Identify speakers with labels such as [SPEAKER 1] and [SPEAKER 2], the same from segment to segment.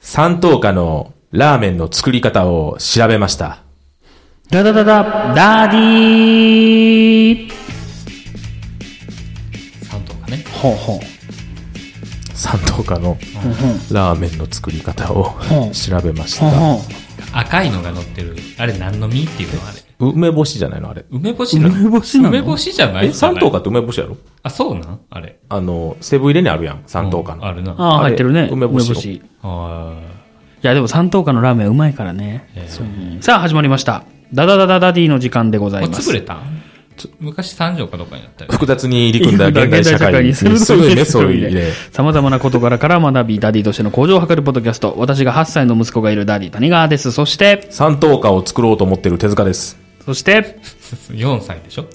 [SPEAKER 1] 三等価のラーメンの作り方を調べました。
[SPEAKER 2] ダダダダ、ダーディー
[SPEAKER 3] 三等かね。
[SPEAKER 2] ほんほん。
[SPEAKER 1] 三等価の
[SPEAKER 2] ほんほん。
[SPEAKER 1] ラーメンの作り方を
[SPEAKER 2] うん
[SPEAKER 1] 調べまし
[SPEAKER 2] ほん
[SPEAKER 1] た。
[SPEAKER 2] ほん。
[SPEAKER 3] 赤いのが乗ってる。あれ何の実っていうのあれ。
[SPEAKER 1] 梅干しじゃないのあれ。
[SPEAKER 3] 梅干しなの
[SPEAKER 2] 梅干しなの
[SPEAKER 3] 梅干しじゃない
[SPEAKER 1] え、三等
[SPEAKER 3] か。
[SPEAKER 1] 価って梅干しやろ
[SPEAKER 3] あ、そうなんあれ。
[SPEAKER 1] あの、セブン入れにあるやん、三等価
[SPEAKER 3] うんあ
[SPEAKER 1] の。
[SPEAKER 3] るな。
[SPEAKER 2] ああ、
[SPEAKER 1] あれ
[SPEAKER 2] 入ってるね。
[SPEAKER 1] 梅干しを
[SPEAKER 2] い
[SPEAKER 3] あ
[SPEAKER 2] や、でも三等価のラーメンうまいからね。うんさあ、始まりました。ダダダダダディの時間でござ
[SPEAKER 3] あ。も
[SPEAKER 2] いうます。
[SPEAKER 3] 潰れたん昔三条かどうかになったよね。
[SPEAKER 1] 複雑に入り組んだ現 代社会にすぐメスを入れ、
[SPEAKER 2] さまざまな事柄から学び、ダディとしての向上を図るポッドキャスト。私が8歳の息子がいるダディ谷川です。そして、
[SPEAKER 1] 三等価を作ろうと思ってる手塚です。
[SPEAKER 2] そして、
[SPEAKER 3] 4歳で しょ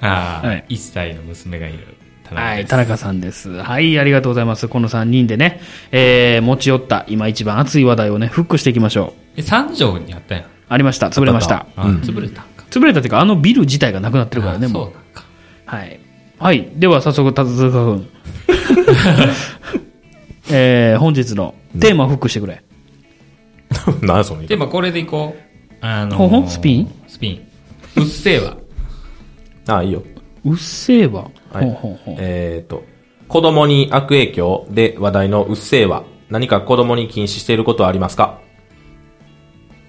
[SPEAKER 3] ああ、
[SPEAKER 2] はい
[SPEAKER 3] 1歳の娘がいる田中
[SPEAKER 2] は
[SPEAKER 3] で
[SPEAKER 2] い、
[SPEAKER 3] す。
[SPEAKER 2] 田中さんです。はい、ありがとうございます。この3人でね、えー、持ち寄った、今一番熱い話題をね、フックしていきましょう。
[SPEAKER 3] え、三条にあったやん。
[SPEAKER 2] ありました。潰れました。
[SPEAKER 3] あ、潰れたんか。
[SPEAKER 2] 潰れたっていうか、あのビル自体がなくなってるからね、
[SPEAKER 3] あ
[SPEAKER 2] も
[SPEAKER 3] そうう。なんか。
[SPEAKER 2] はい。はい。では、早速、たずか 君。えー、本日のテーマをフックしてくれ。
[SPEAKER 1] 何その
[SPEAKER 3] で、
[SPEAKER 1] 言い
[SPEAKER 3] まあ、これでいこう。あのー
[SPEAKER 2] ほほんスピン
[SPEAKER 3] スピン。うっせぇわ。
[SPEAKER 1] 方。あ、いいよ。
[SPEAKER 2] うっせぇわ。
[SPEAKER 1] はい
[SPEAKER 2] ほうほうほう
[SPEAKER 1] えっ、と、子供に悪影響で話題のうっせぇわ。何か子供に禁止していることはありますか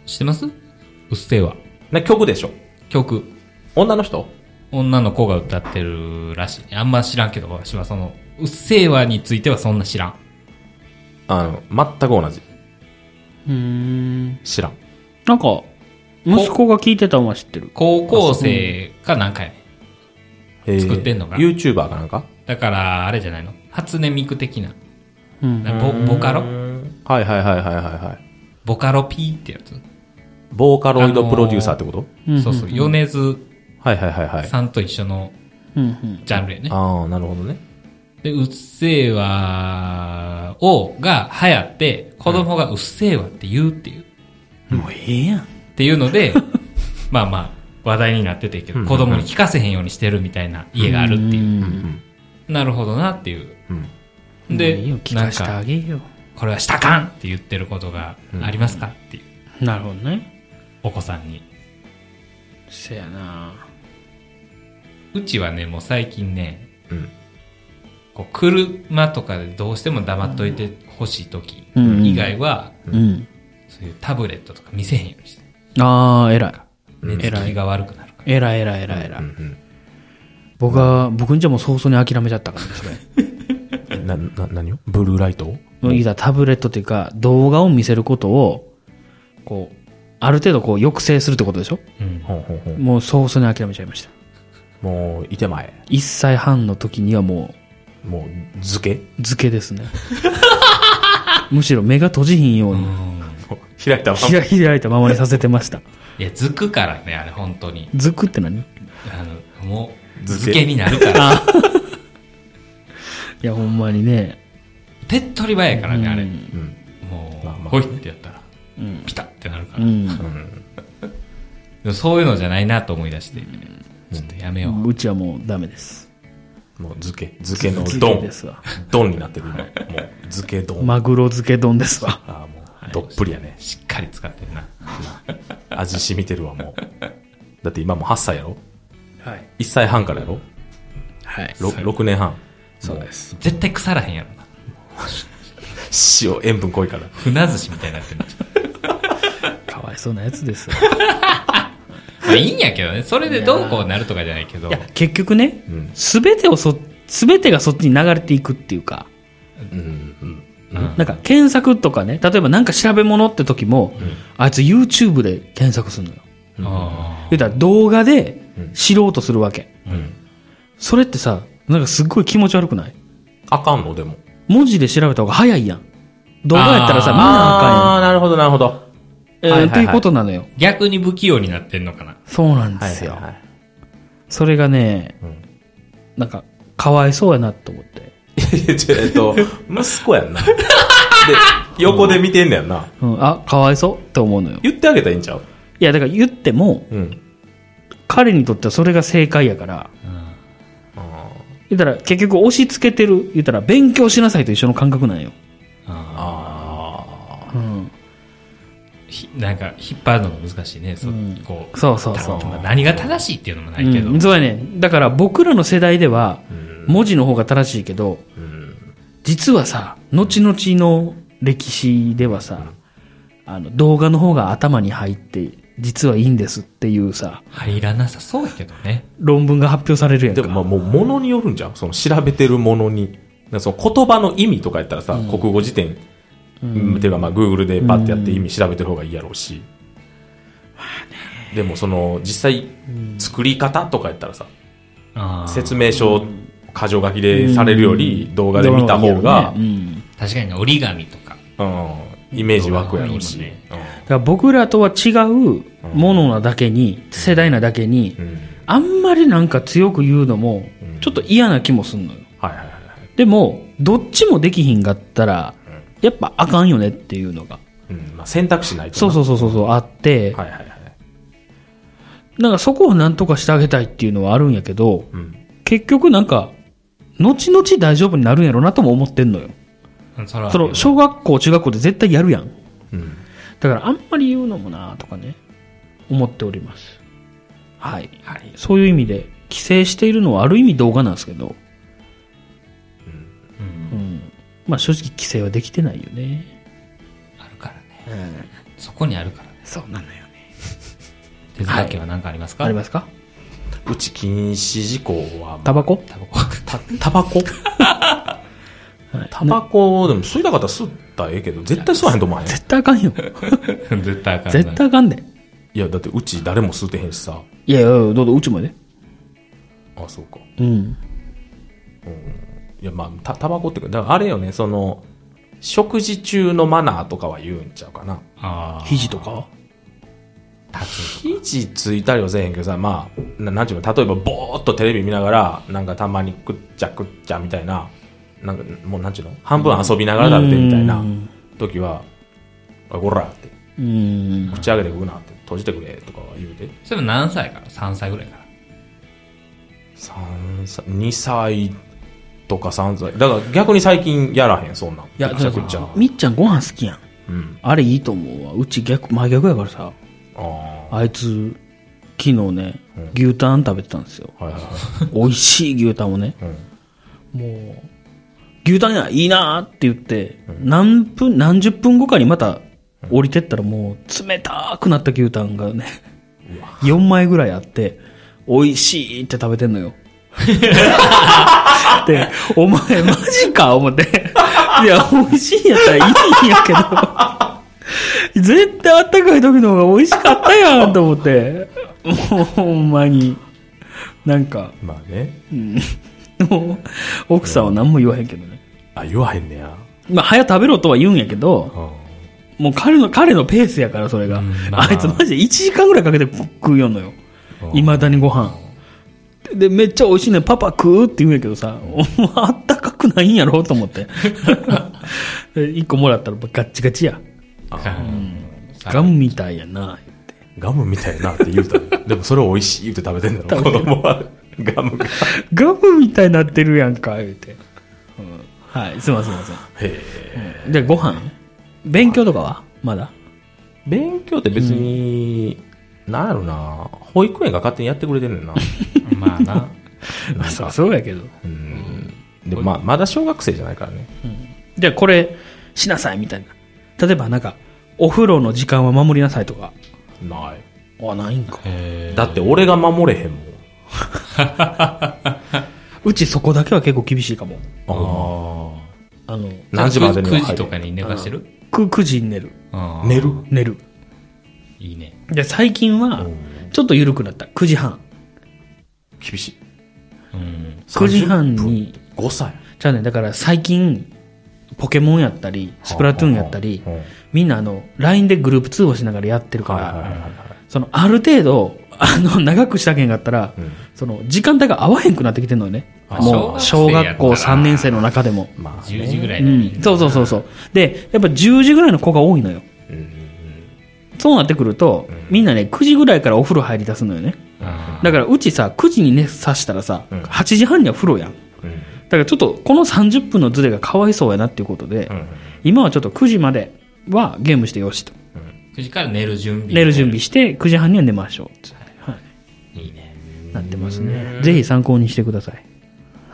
[SPEAKER 3] 知ってますうっせぇわ。
[SPEAKER 1] な曲でしょ
[SPEAKER 3] 曲。
[SPEAKER 1] 女の人
[SPEAKER 3] 女の子が歌ってるらしい。あんま知らんけど、私はその、うっせぇわについてはそんな知らん。
[SPEAKER 1] あの、全く同じ。
[SPEAKER 2] うーん。
[SPEAKER 1] 知らん。
[SPEAKER 2] なんか、息子が聞いてたのは知ってる。
[SPEAKER 3] 高校生かなんかやね
[SPEAKER 1] えー
[SPEAKER 3] 作ってんのか
[SPEAKER 1] ?YouTuber かなんか
[SPEAKER 3] だから、あれじゃないの初音ミク的な。ボボカロ
[SPEAKER 1] はいはいはいはいはいはい。
[SPEAKER 3] ボカロ P ってやつ。
[SPEAKER 1] ボーカロイドプロデューサーってこと、
[SPEAKER 3] そうそう。米津
[SPEAKER 1] はいはいはいはい。
[SPEAKER 3] さんと一緒の
[SPEAKER 2] うんうん。
[SPEAKER 3] ジャンルやね。
[SPEAKER 1] ああ、なるほどね。
[SPEAKER 3] で、うっせぇわを、が流行って、子供がうっせぇわって言うっていう。
[SPEAKER 2] もうええやん。
[SPEAKER 3] っていうの で、まあまあ、話題になってていいけど、子供に聞かせへんようにしてるみたいな家があるっていう。なるほどなっていう。
[SPEAKER 1] うん。
[SPEAKER 3] で
[SPEAKER 2] いいよ、聞
[SPEAKER 3] な
[SPEAKER 2] か
[SPEAKER 3] ん
[SPEAKER 2] してあ
[SPEAKER 3] か、
[SPEAKER 2] げよ
[SPEAKER 3] これはしたかんって言ってることがありますかっていう。
[SPEAKER 2] う。なるほどね。
[SPEAKER 3] お子さんに。
[SPEAKER 2] せやな
[SPEAKER 3] うちはね、もう最近ね、
[SPEAKER 1] うん
[SPEAKER 3] こう車とかでどうしても黙っといてほしい時
[SPEAKER 2] うん
[SPEAKER 3] 以外は、
[SPEAKER 2] うん。
[SPEAKER 3] そういうタブレットとか見せへんようにして。
[SPEAKER 2] ああ、偉い。
[SPEAKER 3] 寝つきが悪くなるから。
[SPEAKER 2] 偉い偉い偉い偉
[SPEAKER 1] う
[SPEAKER 2] い。
[SPEAKER 1] ん
[SPEAKER 2] 僕は、僕んじゃもう早々に諦めちゃったからですね。
[SPEAKER 1] うん。な、な、何をブルーライトを
[SPEAKER 2] もういざタブレットというか、動画を見せることを、こう、ある程度こう抑制するってことでしょ
[SPEAKER 3] うん。
[SPEAKER 1] ほんほんほん。
[SPEAKER 2] もう早々に諦めちゃいました。
[SPEAKER 1] もう、いてまえ。
[SPEAKER 2] 1歳半の時にはも
[SPEAKER 1] もう、漬け
[SPEAKER 2] う、漬けです ね。むしろ目が閉じひんように、
[SPEAKER 1] 開いたまま
[SPEAKER 2] 開き開いたままにさせてました。
[SPEAKER 3] いや、づくからね、あれ、本当に。
[SPEAKER 2] ズクって何い
[SPEAKER 3] あの、もう、
[SPEAKER 1] 漬
[SPEAKER 3] 漬
[SPEAKER 1] け
[SPEAKER 3] けにな るから。
[SPEAKER 2] や、ほんまにね。
[SPEAKER 3] 手っ取り早いからね、あれ。
[SPEAKER 1] うん。
[SPEAKER 3] もう、
[SPEAKER 1] まあまあ
[SPEAKER 3] ほいってやったら、
[SPEAKER 2] うん。
[SPEAKER 3] ピタってなるか
[SPEAKER 2] う
[SPEAKER 3] ら。
[SPEAKER 2] ん。
[SPEAKER 3] でもそういうのじゃないなと思い出して、ちょっとやめよう。
[SPEAKER 2] うちはもうダメです。
[SPEAKER 1] もう漬け、漬けの
[SPEAKER 2] 漬
[SPEAKER 1] ド
[SPEAKER 2] け
[SPEAKER 1] ン
[SPEAKER 2] で。すわ。
[SPEAKER 1] ドンになってる今。もう、漬けドン。
[SPEAKER 2] マグロ漬け丼ですわ。
[SPEAKER 1] ああ、もう、どっぷりやね。
[SPEAKER 3] しっかり使ってるな。
[SPEAKER 1] 味染みてるわ、もう。だって今もう8歳やろ
[SPEAKER 2] はい。
[SPEAKER 1] ?1 歳半からやろ
[SPEAKER 2] はい。
[SPEAKER 1] ろ ?6 年半。
[SPEAKER 2] そうです。
[SPEAKER 3] 絶対腐らへんやろな。
[SPEAKER 1] 塩、塩分濃いから。
[SPEAKER 3] 船寿司みたいになってる。
[SPEAKER 2] かわいそうなやつですわ。
[SPEAKER 3] まあいいんやけどね。それでどうこうなるとかじゃないけど
[SPEAKER 2] いや。、結局ね
[SPEAKER 1] ん、
[SPEAKER 2] すべてをそ、すべてがそっちに流れていくっていうか、
[SPEAKER 1] うん、うん。
[SPEAKER 3] うん
[SPEAKER 2] なんか検索とかね、例えばなんか調べ物って時も、あいつ YouTube で検索するのよ。
[SPEAKER 3] あ
[SPEAKER 2] 言うたら動画で知ろうとするわけ。それってさ、なんかすっごい気持ち悪くない
[SPEAKER 1] あかんのでも。
[SPEAKER 2] 文字で調べた方が早いやん。動画やったらさ、みんなあ
[SPEAKER 1] あー、なるほど、なるほど。
[SPEAKER 2] かん
[SPEAKER 1] はい
[SPEAKER 2] や
[SPEAKER 1] はい
[SPEAKER 2] ん。っていうことなのよ。
[SPEAKER 3] ー逆に不器用になってんのかな。
[SPEAKER 2] そうなんで
[SPEAKER 1] はい
[SPEAKER 2] すよ。
[SPEAKER 1] はいはい。
[SPEAKER 2] それがね、なんか、かわいそうやなと思って。
[SPEAKER 1] いやちょえっと、 息子やんな。で、横で見てんねやんな。
[SPEAKER 2] うん、あ、かわいそうって思うのよ。
[SPEAKER 1] 言ってあげたらいいんちゃう
[SPEAKER 2] いや、だから言っても、
[SPEAKER 1] うん。
[SPEAKER 2] 彼にとってはそれが正解やから、言ったら、結局押し付けてる、言ったら、勉強しなさいと一緒の感覚なんよ。
[SPEAKER 3] あ
[SPEAKER 1] あ
[SPEAKER 2] うん。
[SPEAKER 3] ーひなんか、引っ張るのが難しいね。そこう
[SPEAKER 2] そうそうそう
[SPEAKER 3] たまあ何が正しいっていうのもないけど。
[SPEAKER 2] うんそうやね。だから僕らの世代では、文字の方が正しいけど、
[SPEAKER 1] ーうん。
[SPEAKER 2] 実はさ、後々の歴史ではさ、あの、動画の方が頭に入って、実はいいんですっていうさ、
[SPEAKER 3] 入らなさそうやけどね。
[SPEAKER 2] 論文が発表されるやん
[SPEAKER 1] でもまあ
[SPEAKER 2] か。
[SPEAKER 1] もう物によるんじゃんその調べてるものに。だからその言葉の意味とかやったらさ、国語辞典、うん、ていうかまあ Google でパッてやって意味調べてる方がいいやろうし。でもその実際作り方とかやったらさ、
[SPEAKER 3] あー
[SPEAKER 1] 説明書を箇条書きでされるより動画で見た方が
[SPEAKER 2] う、ん
[SPEAKER 3] 確かにね折り紙とか。
[SPEAKER 1] うん、イメージ湧くやろうし。
[SPEAKER 3] 動画の方
[SPEAKER 2] だから僕らとは違うものなだけに、世代なだけに、
[SPEAKER 1] うんうん
[SPEAKER 2] あんまりなんか強く言うのも、ちょっと嫌な気もすんのよ。
[SPEAKER 1] はいはいはい。
[SPEAKER 2] でも、どっちもできひんかったら、やっぱあかんよねっていうのが、
[SPEAKER 1] うんまあ、選択肢ないとな
[SPEAKER 2] そうそうそうそうそう、あって、
[SPEAKER 1] はいはいはい。
[SPEAKER 2] なんかそこをなんとかしてあげたいっていうのはあるんやけど、
[SPEAKER 1] うん。
[SPEAKER 2] 結局なんか、後々大丈夫になるんやろなとも思ってんのよ。
[SPEAKER 3] うんそれは
[SPEAKER 2] その、小学校、中学校で絶対やるやん。
[SPEAKER 1] うん。
[SPEAKER 2] だからあんまり言うのもなとかね、思っております。はい。
[SPEAKER 3] はい。
[SPEAKER 2] そういう意味で、規制しているのはある意味動画なんですけど、
[SPEAKER 3] うん
[SPEAKER 2] まあ正直規制はできてないよね。
[SPEAKER 3] あるからね。そこにあるからね。
[SPEAKER 2] そうなのよね。
[SPEAKER 3] 手塚家は何かありますか
[SPEAKER 2] ありますか
[SPEAKER 1] うち禁止事項は、
[SPEAKER 2] タバコ
[SPEAKER 3] タバコ。
[SPEAKER 1] たタバコタバコ、でも吸いたかったら吸ったらええけど、 絶対吸わへんと思わへん。
[SPEAKER 2] 絶対あかんよ。
[SPEAKER 3] 絶対あかんな
[SPEAKER 2] 絶対あかんねん。
[SPEAKER 1] いや、だってうち誰も吸ってへんしさ。
[SPEAKER 2] いやいや、どうぞ、うちもやで。
[SPEAKER 1] あ、そうか。
[SPEAKER 2] うん。
[SPEAKER 1] いや、まあ、たタバコっていうか、だからあれよね、その、食事中のマナーとかは言うんちゃうかな。
[SPEAKER 3] あ
[SPEAKER 2] 肘とか
[SPEAKER 3] あ。立つ。
[SPEAKER 1] 肘ついたりはせえへんけどさ、まあ、ななんちゅうの、例えばぼーっとテレビ見ながら、なんかたまにくっちゃくっちゃみたいな、なんかもうなんちゅうの、半分遊びながら食べてみたいな
[SPEAKER 2] うん
[SPEAKER 1] 時は、あ、こらって、
[SPEAKER 2] うん。
[SPEAKER 1] 口上げて食うなって、閉じてくれとかは言うて。
[SPEAKER 3] それも何歳から ?3 歳ぐらいから。
[SPEAKER 1] 3歳、2歳とか3歳。だから逆に最近やらへん、そんなん。い
[SPEAKER 2] いや、
[SPEAKER 1] くちゃくっちゃ。
[SPEAKER 2] みっちゃんご飯好きやん。
[SPEAKER 1] うん。
[SPEAKER 2] あれいいと思うわ。うち逆、真逆やからさ。
[SPEAKER 1] あ
[SPEAKER 2] あいつ、昨日ね、牛タン食べてたんですよ。
[SPEAKER 1] あ。はいはいはい。
[SPEAKER 2] 美味しい牛タンをね。
[SPEAKER 1] うん。
[SPEAKER 2] もう、牛タンや、いいなーって言って、何分、何十分後かにまた降りてったらもう、冷たくなった牛タンがね、4枚ぐらいあって、美味しいって食べてんのよ。で、お前マジか思って。いや、美味しいんやったらいいんやけど。絶対あったかい時の方が美味しかったやんと思って。もうほんまに。なんか、
[SPEAKER 1] まあね。
[SPEAKER 2] もう 奥さんは何も言わへんけどね。
[SPEAKER 1] あ、言わへんねや。
[SPEAKER 2] まあ、早食べろとは言うんやけど、
[SPEAKER 1] うん。
[SPEAKER 2] もう彼の、彼のペースやから、それが。あ、いつマジで1時間ぐらいかけて食食うよんのよ。いまだにご飯。で、めっちゃ美味しいね。パパ食うって言うんやけどさ、お前あったかくないんやろと思って。1個もらったらガッチガチや。ガムみたいやな。
[SPEAKER 1] ガムみたいなって言うた らでもそれ美味しいって食べてんだろ、子供は。ガムが。へ
[SPEAKER 2] ガムみたいになってるやんか、言うて。うんはい、すいません、すいま
[SPEAKER 1] え。
[SPEAKER 2] せん。で、ご飯勉強とかはまだ
[SPEAKER 1] 勉強って別に、なんやろな。保育園が勝手にやってくれてんねんな。
[SPEAKER 3] まあな。
[SPEAKER 2] まあ、そそうやけど。
[SPEAKER 1] うん。でもまあ、まだ小学生じゃないからね。
[SPEAKER 2] じゃあこれしなさいみたいな。例えばなんか、お風呂の時間は守りなさいとか。
[SPEAKER 1] な
[SPEAKER 2] あ、ないんか。
[SPEAKER 1] い。だって俺が守れへん
[SPEAKER 2] うちそこだけは結構厳しいかも。
[SPEAKER 1] もん。あ
[SPEAKER 2] あの、
[SPEAKER 1] あ。何時までには
[SPEAKER 3] ?9
[SPEAKER 1] 入
[SPEAKER 3] 時
[SPEAKER 1] る
[SPEAKER 3] とかに寝かしてる
[SPEAKER 2] く9時に寝る。
[SPEAKER 3] あー
[SPEAKER 1] 寝る
[SPEAKER 2] 寝る。
[SPEAKER 3] いいね。
[SPEAKER 2] で、最近は、ちょっと緩くなった。9時半。
[SPEAKER 1] 厳しい。
[SPEAKER 3] うん。
[SPEAKER 2] 9時半に、
[SPEAKER 1] 5歳。
[SPEAKER 2] じゃあね、だから最近、ポケモンやったり、スプラトゥーンやったり
[SPEAKER 1] うんうんうん、
[SPEAKER 2] みんなあの、LINE でグループ通話しながらやってるか
[SPEAKER 1] はいはいはい
[SPEAKER 2] ら、
[SPEAKER 1] はい。
[SPEAKER 2] その、ある程度、あの、長くしたけんかったら、その、時間帯が合わへんくなってきてんのよね。
[SPEAKER 3] あ
[SPEAKER 2] もう、小
[SPEAKER 3] 小学生や
[SPEAKER 2] 学
[SPEAKER 3] った
[SPEAKER 2] 校
[SPEAKER 3] ら
[SPEAKER 2] 3年生の中でも。
[SPEAKER 1] まあ、
[SPEAKER 3] 10時ぐらいうだね
[SPEAKER 2] ん、そうそうそうそう。で、やっぱ10時ぐらいの子が多いのよ。そうなってくると、みんなね、9時ぐらいからお風呂入り出すのよね。
[SPEAKER 3] あ
[SPEAKER 2] だから、うちさ、9時にね、さしたらさ、8時半には風呂やん。
[SPEAKER 1] う
[SPEAKER 2] だからちょっとこの30分のズレがかわいそうやなっていうことで、
[SPEAKER 1] うん
[SPEAKER 2] 今はちょっと9時まではゲームしてよしと。
[SPEAKER 3] 9時から寝る準備。
[SPEAKER 2] 寝る準備して9時半には寝ましょうって
[SPEAKER 3] 備。いいね。
[SPEAKER 2] なってますね。ぜひ参考にしてください。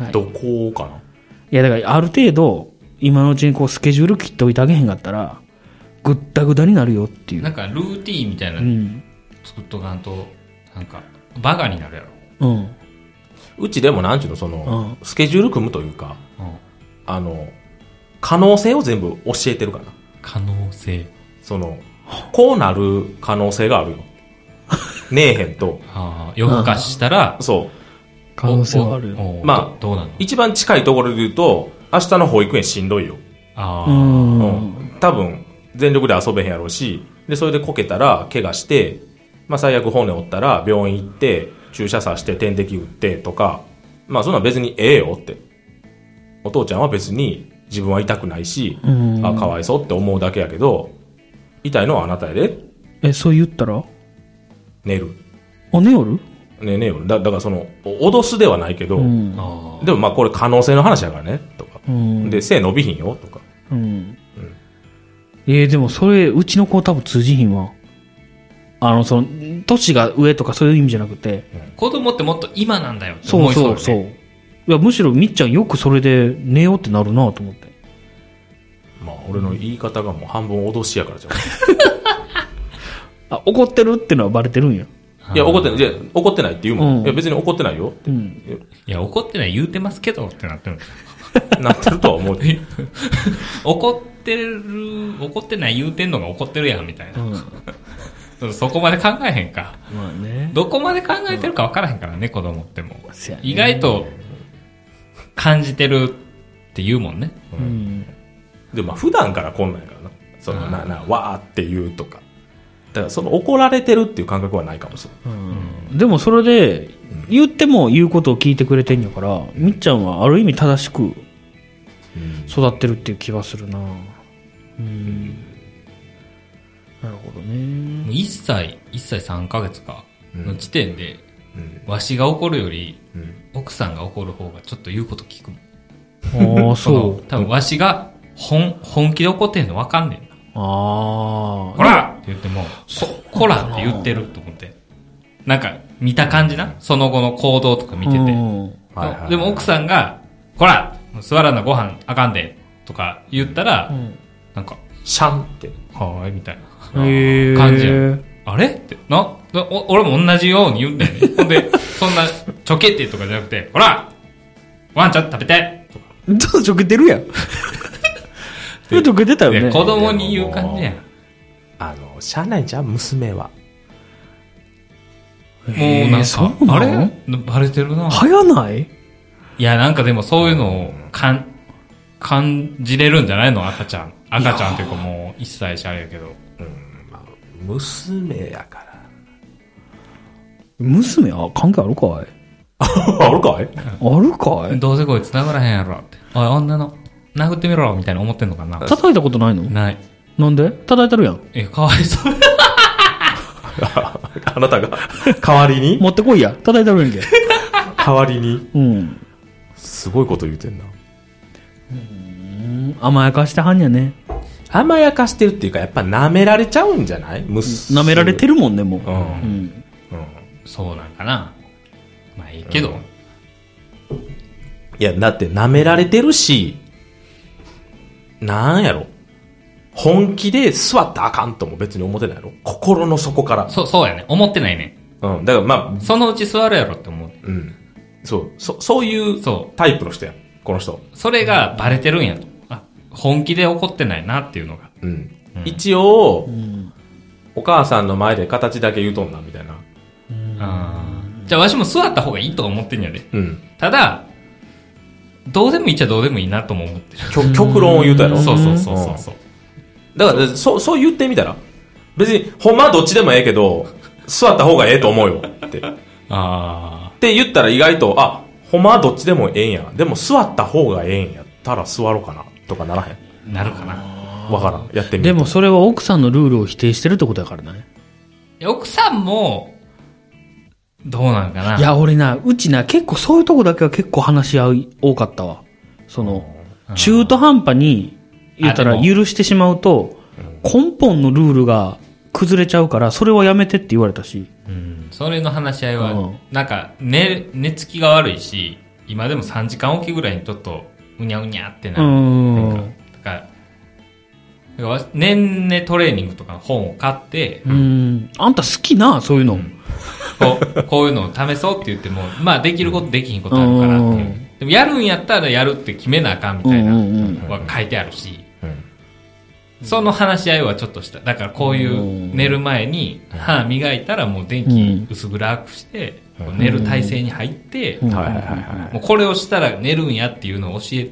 [SPEAKER 2] はい
[SPEAKER 1] どこかない
[SPEAKER 2] やだからある程度今のうちにこうスケジュール切っておいてあげへんかったらぐったぐだになるよっていう
[SPEAKER 3] な
[SPEAKER 2] ん
[SPEAKER 3] かルーティーンみたいな
[SPEAKER 2] う
[SPEAKER 3] の
[SPEAKER 2] ん
[SPEAKER 3] 作っとかんと、なんか、バカになるやろ。
[SPEAKER 2] うん
[SPEAKER 1] うちでもなんちゅうの、その、スケジュール組むというか、
[SPEAKER 3] うん
[SPEAKER 1] あの、可能性を全部教えてるから。
[SPEAKER 3] 可能性。
[SPEAKER 1] その、こうなる可能性 があるよ。ねえへんと。
[SPEAKER 3] ああ、夜更かししたら、
[SPEAKER 1] そう。
[SPEAKER 2] 可能性はあるよ
[SPEAKER 3] よ
[SPEAKER 1] まあ
[SPEAKER 3] まあ、どうなの
[SPEAKER 1] 一番近いところで言うと、明日の保育園しんどいよ。
[SPEAKER 3] あ
[SPEAKER 2] う
[SPEAKER 3] あ、
[SPEAKER 1] うんん。多分、全力で遊べへんやろうし、で、それでこけたら、怪我して、まあ最悪骨折ったら、病院行って、注射さして点滴打ってとか、まあそんなん別にええよって。お父ちゃんは別に自分は痛くないし、
[SPEAKER 2] うん
[SPEAKER 1] あ、かわいそうって思うだけやけど、痛いのはあなたやで、
[SPEAKER 2] えそう言ったら
[SPEAKER 1] 寝る。
[SPEAKER 2] おねおる
[SPEAKER 1] ねえねえよ。だだからその、お脅すではないけど、
[SPEAKER 2] うん
[SPEAKER 3] あ
[SPEAKER 1] でもまあこれ可能性の話やからね、とか。
[SPEAKER 2] うん
[SPEAKER 1] で、背伸びひんよ、とか。
[SPEAKER 2] うんえーでもそれうちの子多分通じひんわあのその年が上とかそういう意味じゃなくて
[SPEAKER 3] あ子供ってもっと今なんだよって
[SPEAKER 2] そ
[SPEAKER 3] 思
[SPEAKER 2] う
[SPEAKER 3] いそう
[SPEAKER 2] そ
[SPEAKER 3] よ
[SPEAKER 2] う
[SPEAKER 3] ね
[SPEAKER 2] そういやむしろみっちゃんよくそれで寝ようってなるなと思って
[SPEAKER 1] まあ俺の言い方がもう半分脅しやからじゃん。
[SPEAKER 2] あ怒ってるってのはバレてるんや
[SPEAKER 3] ああ
[SPEAKER 1] いや、怒ってない。じゃあ怒ってないって言うもん。
[SPEAKER 2] うん
[SPEAKER 1] いや、別に怒ってないよ。
[SPEAKER 2] うん
[SPEAKER 3] いや、怒ってない言うてますけどってなってる。
[SPEAKER 1] なってるとは思う。
[SPEAKER 3] 怒ってる、怒ってない言うてんのが怒ってるやんみたいな。
[SPEAKER 2] ま
[SPEAKER 3] そこまで考えへんか。
[SPEAKER 2] あね。
[SPEAKER 3] どこまで考えてるか分からへんからね、子供ってもう。
[SPEAKER 2] せやね
[SPEAKER 3] 意外と感じてるって言うもんね。
[SPEAKER 2] うん。
[SPEAKER 1] でもまあ普段からこんなんやからな。その、
[SPEAKER 3] うん
[SPEAKER 1] な、な、わーって言うとか。だからその怒られてるっていう感覚はないかもしれない。
[SPEAKER 2] でもそれで、言っても言うことを聞いてくれてんやから、みっちゃんはある意味正しく育ってるっていう気がするなうん。なるほどね。
[SPEAKER 3] もう1歳、1歳3ヶ月か、の時点で、
[SPEAKER 1] うん
[SPEAKER 3] わしが怒るより、
[SPEAKER 1] うん
[SPEAKER 3] 奥さんが怒る方がちょっと言うこと聞くもん。
[SPEAKER 2] ああ、
[SPEAKER 3] の
[SPEAKER 2] そう。
[SPEAKER 3] 多分わしが本、本気で怒ってんの分かんねんな。
[SPEAKER 2] あ
[SPEAKER 3] こらって言っても、ここらって言ってると思って。なんか、見た感じな。その後の行動とか
[SPEAKER 2] あ。
[SPEAKER 3] 見てて。
[SPEAKER 2] うん
[SPEAKER 1] はいはいはい
[SPEAKER 3] でも奥さんが、こら座らなご飯あかんでとか言ったら、なんか、
[SPEAKER 1] シャンって。
[SPEAKER 3] はーいみたいな
[SPEAKER 2] へえ。
[SPEAKER 3] 感じやんあれって、な、なお俺も同じように言うんだよね。ほんで、そんな、ちょけてとかじゃなくて、ほらワンちゃん食べてとか。
[SPEAKER 2] ちょっとちょけてるやん。ちょっとちょけてたよ
[SPEAKER 3] で
[SPEAKER 2] ね。
[SPEAKER 3] 子供に言う感じやん。も
[SPEAKER 1] あの、しゃあないじゃん、娘は。
[SPEAKER 3] うなん
[SPEAKER 2] そ
[SPEAKER 3] か、
[SPEAKER 2] うな
[SPEAKER 3] あ
[SPEAKER 2] の
[SPEAKER 3] れバレてるな。
[SPEAKER 2] 早ない
[SPEAKER 3] いや、なんかでもそういうのをかん、感じれるんじゃないの赤ちゃん。赤ちゃんっていうかもう一歳しゃれやけど。
[SPEAKER 1] 娘や から。
[SPEAKER 2] 娘、あ、関係あるかい
[SPEAKER 1] あるかい
[SPEAKER 2] あるかい
[SPEAKER 3] どうせこいつ殴らへんやろって。おい、女の、殴ってみろみたいな思ってんのかな。
[SPEAKER 2] 叩いたことないの
[SPEAKER 3] ない。
[SPEAKER 2] なんで叩いてるやん。
[SPEAKER 3] え、かわいそう。
[SPEAKER 1] あなたが、代わりに
[SPEAKER 2] 持ってこいや。叩いてるやんけ。
[SPEAKER 1] 代わりに。
[SPEAKER 2] うん。
[SPEAKER 1] すごいこと言うてんな。
[SPEAKER 2] 甘やかしてはんやね。
[SPEAKER 1] 甘やかしてるっていうか、やっぱ舐められちゃうんじゃない舐
[SPEAKER 2] 舐められてるもんね、も
[SPEAKER 1] う。
[SPEAKER 2] う。うんん。
[SPEAKER 1] うん。
[SPEAKER 3] そうなんかな。まあいいけど。
[SPEAKER 1] いや、だって舐められてるし、なんやろ。本気で座ったらあかんとも別に思ってないやろ。心の底か
[SPEAKER 3] そう、そうやね。思ってないね。
[SPEAKER 1] ら。うん。だからまあ、
[SPEAKER 3] そのうち座るやろって思う。
[SPEAKER 1] うん。そう、そ、そういう
[SPEAKER 3] そ
[SPEAKER 1] タイプの人やん。この人。
[SPEAKER 3] う。それがバレてるんやと。あ、本気で怒ってないなっていうのが。
[SPEAKER 1] うん。
[SPEAKER 3] うん
[SPEAKER 1] 一応、お母さんの前で形だけ言うとんな、みたいな。
[SPEAKER 3] あーじゃあわしも座った方がいいと思ってんやで。
[SPEAKER 1] うん。
[SPEAKER 3] ただ、どうでもいいっちゃどうでもいいなとも思ってる。
[SPEAKER 1] 極極論を言うたやろ。
[SPEAKER 3] そうそうそうそうそう。
[SPEAKER 1] だから、そう、そう言ってみたら。別に、ほんまはどっちでもええけど、座った方がええと思うよって。
[SPEAKER 3] あ
[SPEAKER 1] って言ったら意外と、あ、ほんまはどっちでもええんや。でも座った方がええんやったら座ろうかな。とかならへん。
[SPEAKER 3] あ、なるかな。
[SPEAKER 1] わからん。やってみ
[SPEAKER 2] で
[SPEAKER 1] る。
[SPEAKER 2] もそれは奥さんのルールを否定してるってことやからね。
[SPEAKER 3] いや奥さんも、どうなんかな。
[SPEAKER 2] いや、俺な、うちな、結構そういうとこだけは結構話し合い多かったわ。その、中途半端に、言ったら
[SPEAKER 3] あで
[SPEAKER 2] 許してしまうと、根本のルールが崩れちゃうから、それはやめてって言われたし。
[SPEAKER 3] うん、それの話し合いうは
[SPEAKER 2] ん、
[SPEAKER 3] なんか寝、寝つきが悪いし、今でも3時間おきぐらいにちょっと、うにゃうにゃって
[SPEAKER 2] う
[SPEAKER 3] なる。
[SPEAKER 2] ん。
[SPEAKER 3] なんか、だから、だから年々トレーニングとかの本を買って、
[SPEAKER 2] うん。あんた好きな、そういうの。
[SPEAKER 3] こう、 こういうのを試そうって言っても、まあできることできひんことあるからっていうう。でもやるんやったらやるって決めなあかんみたいな、
[SPEAKER 2] うんうんうん
[SPEAKER 3] は書いてあるし、
[SPEAKER 1] うん
[SPEAKER 3] その話し合いはちょっとした。だからこういう寝る前に歯磨いたらもう電
[SPEAKER 2] うん
[SPEAKER 3] 気薄暗くして、こう寝る体勢に入って、
[SPEAKER 2] うん
[SPEAKER 1] はいはいはいは
[SPEAKER 3] もうこれをしたら寝るんやっていうのを教え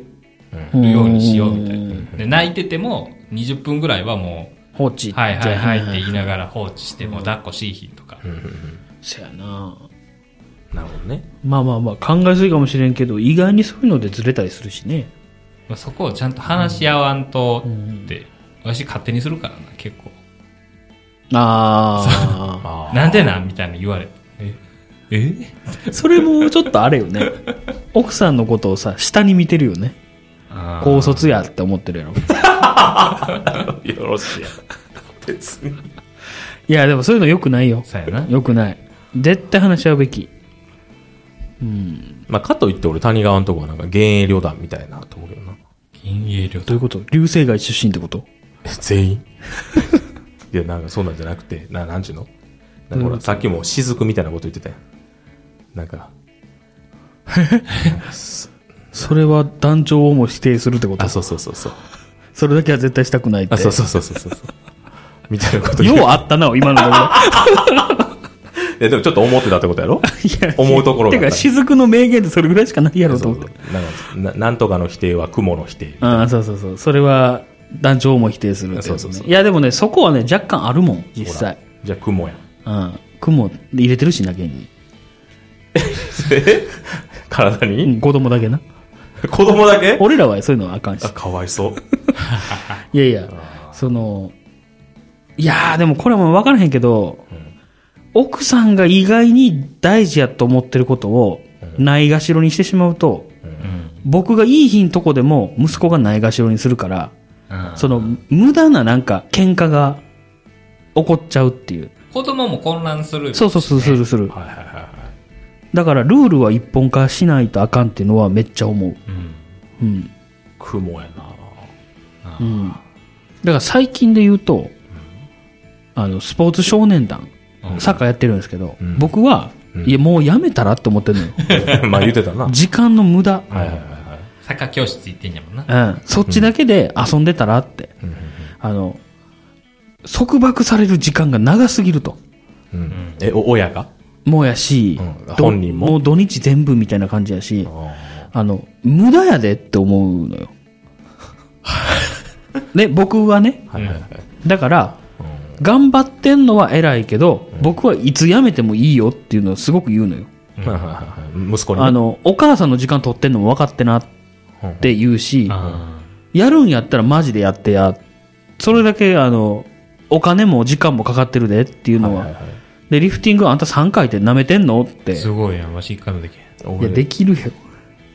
[SPEAKER 2] う
[SPEAKER 3] るようにしようみたい
[SPEAKER 2] ん。
[SPEAKER 3] な。で、泣いてても20分ぐらいはも
[SPEAKER 2] 放置。
[SPEAKER 3] う、はいはいはいっ
[SPEAKER 2] い。
[SPEAKER 3] て言いながら放置して、もう抱っこしいひんとか。
[SPEAKER 2] そやな。
[SPEAKER 1] い。なるほどね。
[SPEAKER 2] まあまあまあ、考えすぎかもしれんけど、意外にそういうのでずれたりするしね。
[SPEAKER 3] まあ、そこをちゃんと話し合わんとって、わし勝手にするからな、結構。
[SPEAKER 2] あ
[SPEAKER 1] あ
[SPEAKER 3] なんでなんみたいな言われて。ええ
[SPEAKER 2] あ。それもちょっとあれよね。奥さんのことをさ、下に見てるよね。高卒やって思ってるやろ。
[SPEAKER 1] あ。よろしいや。別に。
[SPEAKER 2] いや、でもそういうの良くないよ。
[SPEAKER 3] そうやな。
[SPEAKER 2] 良くない。絶対話し合うべき。
[SPEAKER 1] まあ、かといって俺谷川のとこはなんか現役旅団みたいなと思うけどな。
[SPEAKER 3] 銀営料
[SPEAKER 2] どういうこと流星街出身ってこと
[SPEAKER 1] え全員 いや、なんかそうなんじゃなくて、な、なんちゅうのなんかほら、さっきも雫みたいなこと言ってたやん。なんか、
[SPEAKER 2] それは団長をも否定するってこと
[SPEAKER 1] あ、そうそうそうそう。
[SPEAKER 2] それだけは絶対したくないって。
[SPEAKER 1] あ、そうそうそうそうそうそう。みたいなこと言
[SPEAKER 2] よ
[SPEAKER 1] う
[SPEAKER 2] う
[SPEAKER 1] い
[SPEAKER 2] あったな、今のとこ
[SPEAKER 1] や、でもちょっと思ってたってことやろ
[SPEAKER 2] ろ。い や
[SPEAKER 1] 思うところが
[SPEAKER 2] てか、雫の名言ってそれぐらいしかないやろと思って。
[SPEAKER 1] なんかななんとかの否定は雲の否定。
[SPEAKER 2] ああ、そうそうそう。それは、団長も否定するってやつね
[SPEAKER 1] そうそうそう
[SPEAKER 2] いや、でもね、そこはね、若干あるもん、実
[SPEAKER 1] ほら
[SPEAKER 2] 際。
[SPEAKER 1] じゃあ雲や。
[SPEAKER 2] うん。雲入れてるしな、現に。
[SPEAKER 1] 体
[SPEAKER 2] う
[SPEAKER 1] に、
[SPEAKER 2] ん、子供だけな。
[SPEAKER 1] 子供だけ
[SPEAKER 2] 俺らはそういうのはあかんし
[SPEAKER 1] あ、。かわいそう。
[SPEAKER 2] いやいや、その、いやーでもこれはもう分からへんけど、奥さんが意外に大事やと思ってることをないがしろにしてしまうと、
[SPEAKER 3] うん。
[SPEAKER 2] 僕がいい日んとこでも息子がないがしろにするから、
[SPEAKER 3] うん
[SPEAKER 2] その無駄ななんか喧嘩が起こっちゃうっていう。
[SPEAKER 3] 子供も混乱する。
[SPEAKER 2] そうそうそうするする。
[SPEAKER 1] はいはいはいは
[SPEAKER 2] だからルールは一本化しないとあかんっていうのはめっちゃ思う。
[SPEAKER 3] うん。
[SPEAKER 2] うん。
[SPEAKER 1] い。雲やな
[SPEAKER 2] うん。だから最近で言うと、あの、スポーツ少年団、
[SPEAKER 3] うん
[SPEAKER 2] サッカーやってるんですけど、
[SPEAKER 1] ん
[SPEAKER 2] 僕は、いや、もうやめたらって思ってるのよ。
[SPEAKER 1] まあ言ってたな。はい
[SPEAKER 2] 時間の無駄。
[SPEAKER 1] はいはいはい。
[SPEAKER 3] サッカー教室行ってんやもんな。
[SPEAKER 2] うん。そっちだけで遊んでたらって。あの、束縛される時間が長すぎると。
[SPEAKER 1] うん、え、お親が
[SPEAKER 2] もうやし、
[SPEAKER 1] うん
[SPEAKER 2] ど
[SPEAKER 1] 本人も
[SPEAKER 2] う土日全部みたいな感じやし、
[SPEAKER 1] あ
[SPEAKER 2] あの、無駄やでって思うのよ。 ね、僕はね、
[SPEAKER 1] はいはいはい。
[SPEAKER 2] だから、頑張ってんのは偉いけど、僕はいつ辞めてもいいよっていうのをすごく言うのよ。
[SPEAKER 1] はいはいはいはい息子にね。
[SPEAKER 2] あの、お母さんの時間取ってんのも分かってなって言うし、
[SPEAKER 3] あ
[SPEAKER 2] やるんやったらマジでやってや。それだけ、あの、お金も時間もかかってるでっていうのは。
[SPEAKER 1] はいはいはい
[SPEAKER 2] で、リフティングあんた3回って舐めてんのっ
[SPEAKER 3] あ
[SPEAKER 2] て。
[SPEAKER 3] す
[SPEAKER 2] い
[SPEAKER 3] ごいやん。わし一回もできへん。
[SPEAKER 2] や、
[SPEAKER 1] 俺
[SPEAKER 2] できるよ。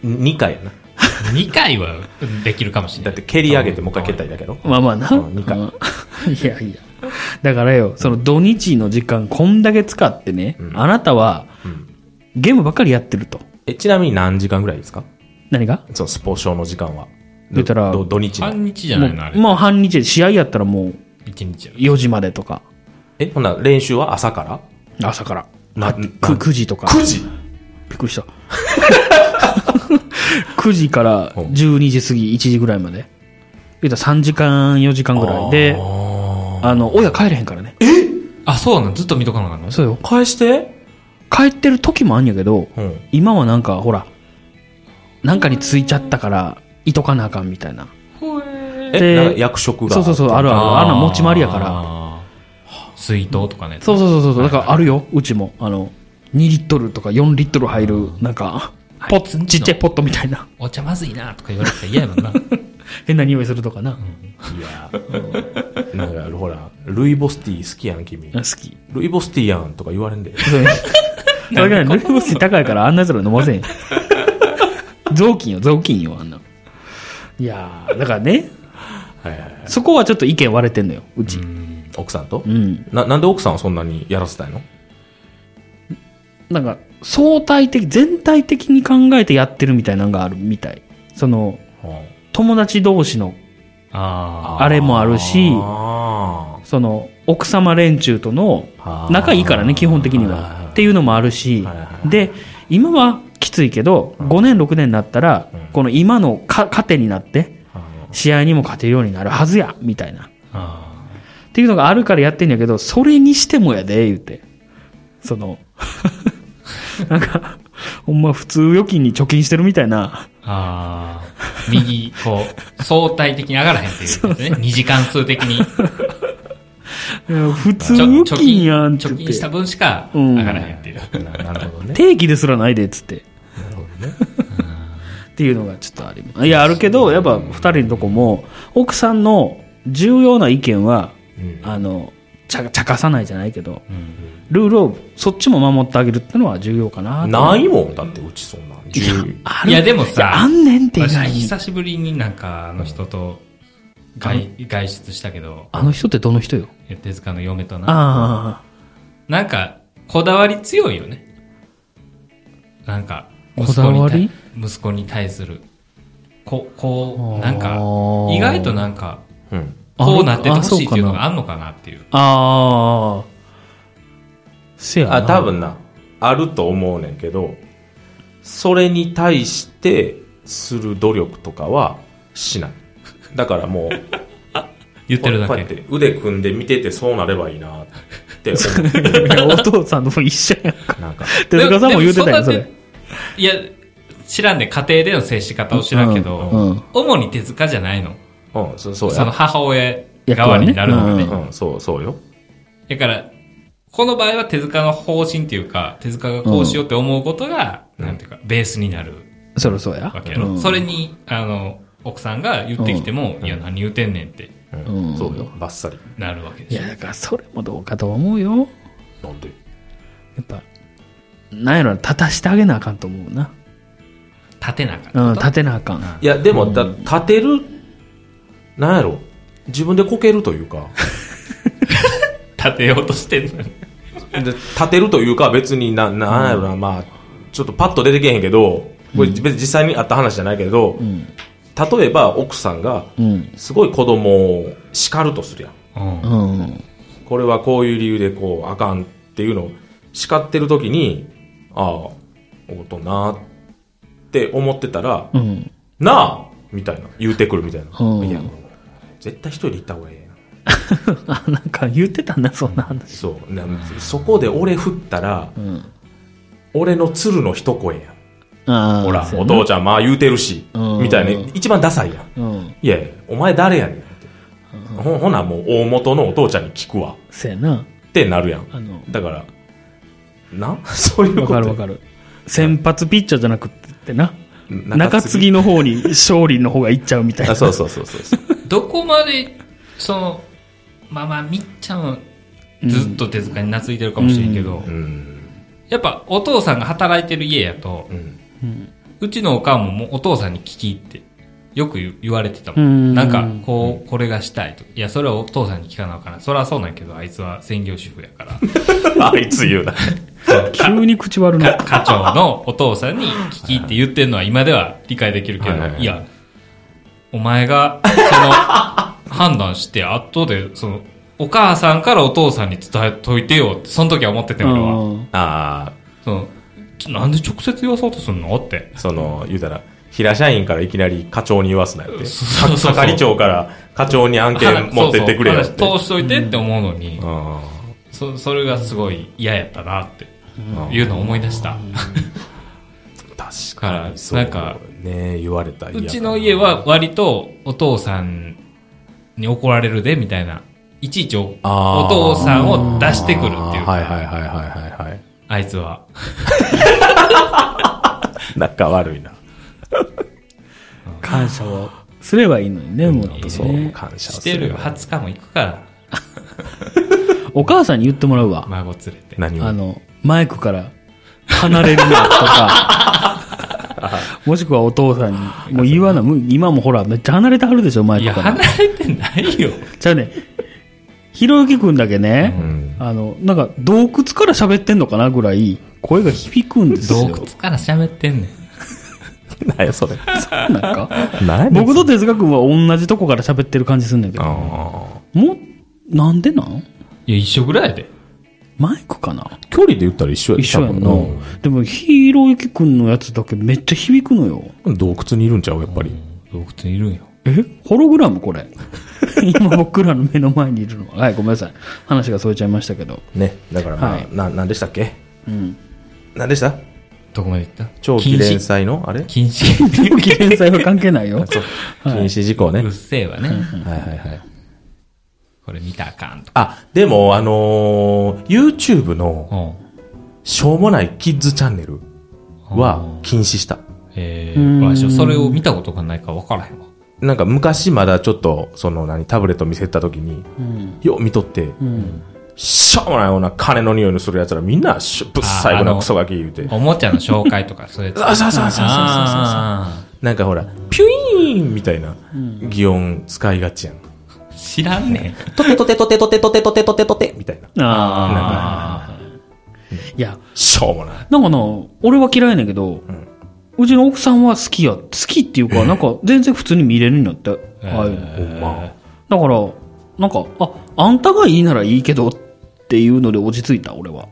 [SPEAKER 1] 2回やな。
[SPEAKER 3] 2回はできるかもしれ
[SPEAKER 1] だ
[SPEAKER 3] ない。
[SPEAKER 1] って蹴り上げてもう一回蹴ったりだけど。
[SPEAKER 2] まあまあな。
[SPEAKER 1] うん二回
[SPEAKER 2] うん いやいや。だからよ、その土日の時間こんだけ使ってね、あなたは、ゲームばっかりやってると。
[SPEAKER 1] え、ちなみに何時間ぐらいですか
[SPEAKER 2] 何が
[SPEAKER 1] そのスポーショーの時間は。
[SPEAKER 2] 出たら
[SPEAKER 1] ど土日の。
[SPEAKER 3] 半日じゃないのあれ。
[SPEAKER 2] もう半日で、試合やったらもう
[SPEAKER 3] 1日やろ。
[SPEAKER 2] 4時までとか、
[SPEAKER 1] え、ほんなら練習は朝から
[SPEAKER 2] 朝から。
[SPEAKER 1] な
[SPEAKER 2] く
[SPEAKER 1] な
[SPEAKER 2] 9時とか。
[SPEAKER 1] ?9 時
[SPEAKER 2] びっくりした。9時から12時過ぎ、1時ぐらいまで。言うたら3時間、4時間ぐらいで、あの、親帰れへんからね。
[SPEAKER 3] あ、そうなんずっと見とかなあかんの
[SPEAKER 2] そうよ。
[SPEAKER 1] 返して
[SPEAKER 2] 帰ってる時もあんやけど、
[SPEAKER 1] うん。
[SPEAKER 2] 今はなんか、ほら、なんかについちゃったから、いとかなあかんみたいな。で
[SPEAKER 1] え、なんか役職が。
[SPEAKER 2] そうそうそう、あるある。あんな持ち回りやから。
[SPEAKER 3] ら。水筒とかね。
[SPEAKER 2] そうそうそうそう、だからあるよ、うちも。あの、2リットルとか4リットル入る、なんか、ポ
[SPEAKER 3] あいつんちの
[SPEAKER 2] ッ、ちっちゃいポットみたいな。
[SPEAKER 3] お茶まずいなとか言われたら嫌や もんな。
[SPEAKER 2] 変な匂いするとかな。
[SPEAKER 1] いや、なんかほら、ルイボスティー好きやん、君
[SPEAKER 2] あ。好き。
[SPEAKER 1] ルイボスティーやんとか言われんで。
[SPEAKER 2] そうそれがね、ルイボスティー高いからあんなやつら飲ませんよ。雑巾よ、雑巾よ、あんな。いやー、だからね、
[SPEAKER 1] はいはいはい
[SPEAKER 2] そこはちょっと意見割れてんのよ、うち。
[SPEAKER 1] 奥さんと
[SPEAKER 2] うん。
[SPEAKER 1] ななんで奥さんはそんなにやらせたいの
[SPEAKER 2] なんか、相対的、全体的に考えてやってるみたいなのがあるみたい。その、友達同士の
[SPEAKER 3] あ
[SPEAKER 2] あれもあるし、
[SPEAKER 1] あ
[SPEAKER 2] その、奥様連中との
[SPEAKER 1] あー
[SPEAKER 2] 仲いいからね、基本的に
[SPEAKER 1] はいはい
[SPEAKER 2] は。っていうのもあるし
[SPEAKER 1] はいは、
[SPEAKER 2] で、今はきついけど、5年、6年になったら、この今のか糧になって、
[SPEAKER 1] あ
[SPEAKER 2] 試合にも勝てるようになるはずや、みたいな。
[SPEAKER 3] ーあ
[SPEAKER 2] っていうのがあるからやってんやけど、それにしてもやで、言うて。その、 なんか、ほんま普通預金に貯金してるみたいな。
[SPEAKER 3] ーあー右、こう、相対的に上がらへんっていうことですね。二次関数的に。
[SPEAKER 2] いや普通
[SPEAKER 3] ちょ
[SPEAKER 2] 預金やんって
[SPEAKER 3] 貯
[SPEAKER 2] 言っ
[SPEAKER 3] 金した
[SPEAKER 2] て。
[SPEAKER 3] 分しか
[SPEAKER 2] うん
[SPEAKER 3] 上がらへん っていう。
[SPEAKER 1] ーななるほどね
[SPEAKER 2] 定期ですらないで、つって。
[SPEAKER 1] なるほどね
[SPEAKER 2] っていうのがちょっとあります。いや、あるけど、やっぱ二人のとこも、奥さんの重要な意見は、
[SPEAKER 1] うん
[SPEAKER 2] あの、ちゃ、ちゃかさないじゃないけど、ルールをそっちも守ってあげるってのは重要かな。
[SPEAKER 1] ないもんだってうちそんなん10
[SPEAKER 2] ある
[SPEAKER 3] いやでも
[SPEAKER 2] いや
[SPEAKER 3] さ
[SPEAKER 2] あんねんって意
[SPEAKER 3] 私
[SPEAKER 2] 外に。
[SPEAKER 3] 久しぶりになんかあの人と外外出したけど、
[SPEAKER 2] あの人ってどの人よ
[SPEAKER 3] え手塚の嫁とな。
[SPEAKER 2] あ
[SPEAKER 3] なんか、こだわり強いよね。なんか、息
[SPEAKER 2] こ
[SPEAKER 3] 子
[SPEAKER 2] だ
[SPEAKER 3] に
[SPEAKER 2] わ
[SPEAKER 3] 対
[SPEAKER 2] り
[SPEAKER 3] 息子に対する。ここう、
[SPEAKER 2] あー
[SPEAKER 3] なんか、意外となんか、
[SPEAKER 1] うん
[SPEAKER 2] あ
[SPEAKER 3] こうなっててほしいっていうの
[SPEAKER 2] あそうか
[SPEAKER 3] が
[SPEAKER 2] な
[SPEAKER 3] あんのかなっていう。
[SPEAKER 2] あ。ああ。せやな。
[SPEAKER 1] あ多。分なあると思うねんけどそれに対してする努力とかはしないだから もう
[SPEAKER 3] 言ってるだ
[SPEAKER 1] こうやっ
[SPEAKER 3] け。
[SPEAKER 1] て腕組んで見ててそうなればいいなって 思う
[SPEAKER 2] お父さんとも一緒やんか。
[SPEAKER 1] なんか
[SPEAKER 2] 手塚さんも言うてたやん、そ
[SPEAKER 3] で
[SPEAKER 2] れ
[SPEAKER 3] もでも。育ていや、知らんで、家庭での接し方を知らんけど、
[SPEAKER 2] うんうん
[SPEAKER 3] 主に手塚じゃないの。
[SPEAKER 1] うんそそう
[SPEAKER 3] その
[SPEAKER 1] や
[SPEAKER 3] 母親代わりになるのがね。
[SPEAKER 2] 役割ね
[SPEAKER 1] うんそうそうよ
[SPEAKER 3] だから、この場合は手塚の方針っていうか、手塚がこうしようって思うことが、なんていうか、ベースになる
[SPEAKER 2] そろそうや。
[SPEAKER 3] わけやろ。
[SPEAKER 2] うん
[SPEAKER 3] それに、あの、奥さんが言ってきても、いや、何言うてんねんって
[SPEAKER 1] うん
[SPEAKER 2] うん
[SPEAKER 1] そうよバッサリ
[SPEAKER 3] なるわけで
[SPEAKER 2] い
[SPEAKER 3] しょ
[SPEAKER 2] や、。だからそれもどうかと思うよ。
[SPEAKER 1] なんで
[SPEAKER 2] やっぱ、なんやろな、立たしてあげなあかんと思うな。
[SPEAKER 3] 立てなあか
[SPEAKER 2] うん、
[SPEAKER 3] んこと。
[SPEAKER 2] 立てなあかん。
[SPEAKER 1] いやでもだ立てるなんやろ自分でこけるという か
[SPEAKER 3] 立てようとしてんのに。
[SPEAKER 1] で立てるというか別にななんやろなまあちょっとパッと出てけへんけどこれ別に実際にあった話じゃないけど
[SPEAKER 2] うん。
[SPEAKER 1] 例えば奥さんが
[SPEAKER 2] うん。
[SPEAKER 1] すごい子供を叱るとするやん
[SPEAKER 3] うん
[SPEAKER 2] うん。
[SPEAKER 1] これはこういう理由でこうあかんっていうのを叱ってる時にああおとなって思ってたら、
[SPEAKER 2] うん。
[SPEAKER 1] なあみたいな言うてくるみたいな、
[SPEAKER 2] うん
[SPEAKER 1] いやもう絶対一人で行った方がええやん
[SPEAKER 2] あ、なんか言ってたんだ、そんな話。
[SPEAKER 1] そうなそこで俺振ったら
[SPEAKER 2] うん。
[SPEAKER 1] 俺の鶴の一声やん
[SPEAKER 2] ああ。
[SPEAKER 1] ほら
[SPEAKER 2] そう
[SPEAKER 1] お
[SPEAKER 2] やな
[SPEAKER 1] 父ちゃんまあ言うてるし、
[SPEAKER 2] うん
[SPEAKER 1] みたいな一番ダサいやん
[SPEAKER 2] うん。
[SPEAKER 1] いやいやお前誰やねんって、ほほなもう大元のお父ちゃんに聞くわ
[SPEAKER 2] せやな。
[SPEAKER 1] ってなるやん
[SPEAKER 2] あの、
[SPEAKER 1] だから、な そういう
[SPEAKER 2] わ
[SPEAKER 1] こと
[SPEAKER 2] かるわかる。先発ピッチャーじゃなくってな。
[SPEAKER 1] うん
[SPEAKER 2] 中継ぎの方に勝利の方がいっちゃうみたいな。
[SPEAKER 1] あそうそうそうそうそう。
[SPEAKER 3] どこまで、その、まあまあ、みっちゃんはずっと手塚に懐いてるかもしれんけど、
[SPEAKER 1] うん。
[SPEAKER 3] やっぱお父さんが働いてる家やと
[SPEAKER 1] う、ん。
[SPEAKER 2] うん。
[SPEAKER 3] うちのおかんももうお父さんに聞き入って、よく言う言われてたも。
[SPEAKER 2] うんん
[SPEAKER 3] なんか、こう、これがしたいと。いや、それはお父さんに聞かなあかんな。それはそうなんやけど、あいつは専業主婦やから。
[SPEAKER 1] あいつ言うな。
[SPEAKER 2] 急に口悪な。
[SPEAKER 3] 課長のお父さんに聞き入って言ってるのは今では理解できるけど
[SPEAKER 1] はいはいは、い
[SPEAKER 3] いや、お前が、その、 判断して、後で、その、お母さんからお父さんに伝えといてよって、その時は思ってて、
[SPEAKER 2] う
[SPEAKER 3] 俺は。
[SPEAKER 2] ん。
[SPEAKER 1] あ
[SPEAKER 3] その、なんで直接言わそうとすんのって。
[SPEAKER 1] あ、その、言うたら、平社員からいきなり課長に言わすなよって。
[SPEAKER 3] そうそうそう
[SPEAKER 1] か係長から課長に案件持ってってくれよ
[SPEAKER 3] よ
[SPEAKER 1] って。
[SPEAKER 3] 通しといてって思うのに、
[SPEAKER 1] うん
[SPEAKER 3] そそれがすごい嫌やったなって
[SPEAKER 1] うん
[SPEAKER 3] いうのを思い出した、
[SPEAKER 1] 確
[SPEAKER 3] から
[SPEAKER 1] かに、そう
[SPEAKER 3] なんか
[SPEAKER 1] ね言われたら嫌
[SPEAKER 3] う
[SPEAKER 1] だな
[SPEAKER 3] ちの家は、割とお父さんに怒られるでみたいないちいちお
[SPEAKER 1] あー
[SPEAKER 3] お父さんを出してくるっていう
[SPEAKER 1] あーはいはいはいはいはいはい。
[SPEAKER 3] あいつは
[SPEAKER 1] 仲悪いな。
[SPEAKER 2] 感謝をすればいいのにね、もっと
[SPEAKER 1] そう
[SPEAKER 2] ね、。
[SPEAKER 1] 感謝
[SPEAKER 3] し
[SPEAKER 1] す
[SPEAKER 3] てる
[SPEAKER 1] る
[SPEAKER 3] よ
[SPEAKER 1] わ。
[SPEAKER 3] 20日も行くから
[SPEAKER 2] お母さんに言ってもらうわ。
[SPEAKER 3] 孫連れて
[SPEAKER 1] 何を
[SPEAKER 2] あの、マイクから、離れるなとか、 もしくはお父さんに、もう言わない、もう今もほら、めっちゃ離れてはるでしょ、前
[SPEAKER 3] い
[SPEAKER 2] と
[SPEAKER 3] や、
[SPEAKER 2] か
[SPEAKER 3] 離
[SPEAKER 2] ら。
[SPEAKER 3] れてないよ。
[SPEAKER 2] じゃあね、ひろゆきくんだけね、
[SPEAKER 1] うん
[SPEAKER 2] あの、なんか洞窟から喋ってんのかなぐらい、声が響くんですよ。
[SPEAKER 3] 洞窟から喋ってんねん。
[SPEAKER 1] 何やそれ。
[SPEAKER 2] なん か
[SPEAKER 1] 何やねん
[SPEAKER 2] 僕と哲学は同じとこから喋ってる感じすんだけど。
[SPEAKER 1] あ
[SPEAKER 2] もう、なんでなん
[SPEAKER 3] いや、一緒ぐらいやで。
[SPEAKER 2] マイクかな
[SPEAKER 1] ー距離で言ったら一緒や
[SPEAKER 2] 一緒やんな
[SPEAKER 1] 多分。
[SPEAKER 2] でも、ひろゆきくんのやつだけめっちゃ響くのよ。
[SPEAKER 1] うん洞窟にいるんちゃうやっぱり。
[SPEAKER 3] 洞窟にいるんよ。
[SPEAKER 2] えホログラムこ れ。今僕らの目の前にいるのは。はい、ごめんなさい。話がそれちゃいましたけ ど。
[SPEAKER 1] ね。だからま
[SPEAKER 2] は
[SPEAKER 1] あ、
[SPEAKER 2] い
[SPEAKER 1] な、なんでしたっけ
[SPEAKER 2] うん。
[SPEAKER 1] なんでした
[SPEAKER 3] どこまで行った
[SPEAKER 1] 長期連。載の、あれ
[SPEAKER 3] 禁止。 禁
[SPEAKER 2] 長期連載は関係ないよ。
[SPEAKER 1] そう禁止事項ね。
[SPEAKER 3] 止うっせえわね。
[SPEAKER 1] はいはいはい。
[SPEAKER 3] これ見たらあかんとか。
[SPEAKER 1] あ、でも、あのー、YouTube の、
[SPEAKER 3] うん。
[SPEAKER 1] しょうもないキッズチャンネルは禁止した。
[SPEAKER 3] え
[SPEAKER 2] う
[SPEAKER 3] ー、
[SPEAKER 2] ん
[SPEAKER 3] わしはそれを見たことがないから分からへんわ。
[SPEAKER 1] なんか昔まだちょっと、その何、タブレット見せた時に、
[SPEAKER 2] うん。
[SPEAKER 1] よう見とって、
[SPEAKER 2] うん。
[SPEAKER 1] しょうもないような金の匂いのする奴らみんなしょ、ぶっ最後
[SPEAKER 3] ああ
[SPEAKER 1] な
[SPEAKER 3] の
[SPEAKER 1] クソガキ言うて。
[SPEAKER 3] おもちゃの紹介とか、そういうやつ。
[SPEAKER 1] あ、そうそうそうそうそうそうそう。
[SPEAKER 3] あ
[SPEAKER 1] なんかほら、ピュイーンみたいな擬音使いがちやん。
[SPEAKER 3] ー知らんねん。
[SPEAKER 1] トテトテトテトテトテトテトテトテみたいな。
[SPEAKER 2] ああ。いや、
[SPEAKER 1] しょうもない。
[SPEAKER 2] なんかな、俺は嫌いなんやけど、うんちの奥さんは好きや、好きっていうか、なんか全然普通に見れるんやって。
[SPEAKER 3] え
[SPEAKER 2] ああいうの
[SPEAKER 1] ほんま。
[SPEAKER 2] だから、なんか、あ、あんたがいいならいいけどっていうので落ち着いた、俺は。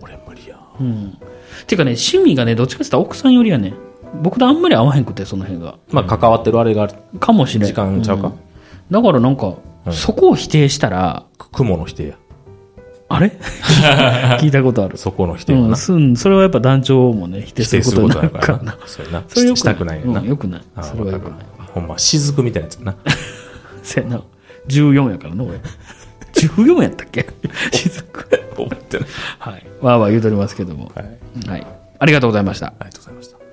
[SPEAKER 1] 俺無理や。
[SPEAKER 2] うん。てかね、趣味がね、どっちかって言ったら奥さんよりやね。僕とあんまり合わへんくて、その辺が。
[SPEAKER 1] まあ関わってるあれがある
[SPEAKER 2] かもしれん。
[SPEAKER 1] 時間ちゃうか
[SPEAKER 2] だからなんか、そこを否定したら、
[SPEAKER 1] 雲の否定や。
[SPEAKER 2] あ れ聞いたことある。
[SPEAKER 1] そこの否定や
[SPEAKER 2] う、。
[SPEAKER 1] なん
[SPEAKER 2] すん、それはやっぱ団長もね、否定
[SPEAKER 1] 否
[SPEAKER 2] す
[SPEAKER 1] 定
[SPEAKER 2] るこ
[SPEAKER 1] す
[SPEAKER 2] と
[SPEAKER 1] るこ
[SPEAKER 2] に
[SPEAKER 1] とだ
[SPEAKER 2] なる
[SPEAKER 1] か
[SPEAKER 2] からら
[SPEAKER 1] な
[SPEAKER 2] な。。
[SPEAKER 1] そうやな。
[SPEAKER 2] それよ
[SPEAKER 1] ししたくないよな
[SPEAKER 2] うん。よくない。
[SPEAKER 1] あ
[SPEAKER 2] それはよく
[SPEAKER 1] わ
[SPEAKER 2] な
[SPEAKER 1] か
[SPEAKER 2] い。
[SPEAKER 1] るわほんま、雫みたいなやつやな。
[SPEAKER 2] せやな。14やからな、俺。14やったっけ 静か
[SPEAKER 1] 思ってない。
[SPEAKER 2] はい。わーわー言うとりますけども。
[SPEAKER 1] はい。
[SPEAKER 2] はい。ありがとうございました。
[SPEAKER 1] ありがとうございました。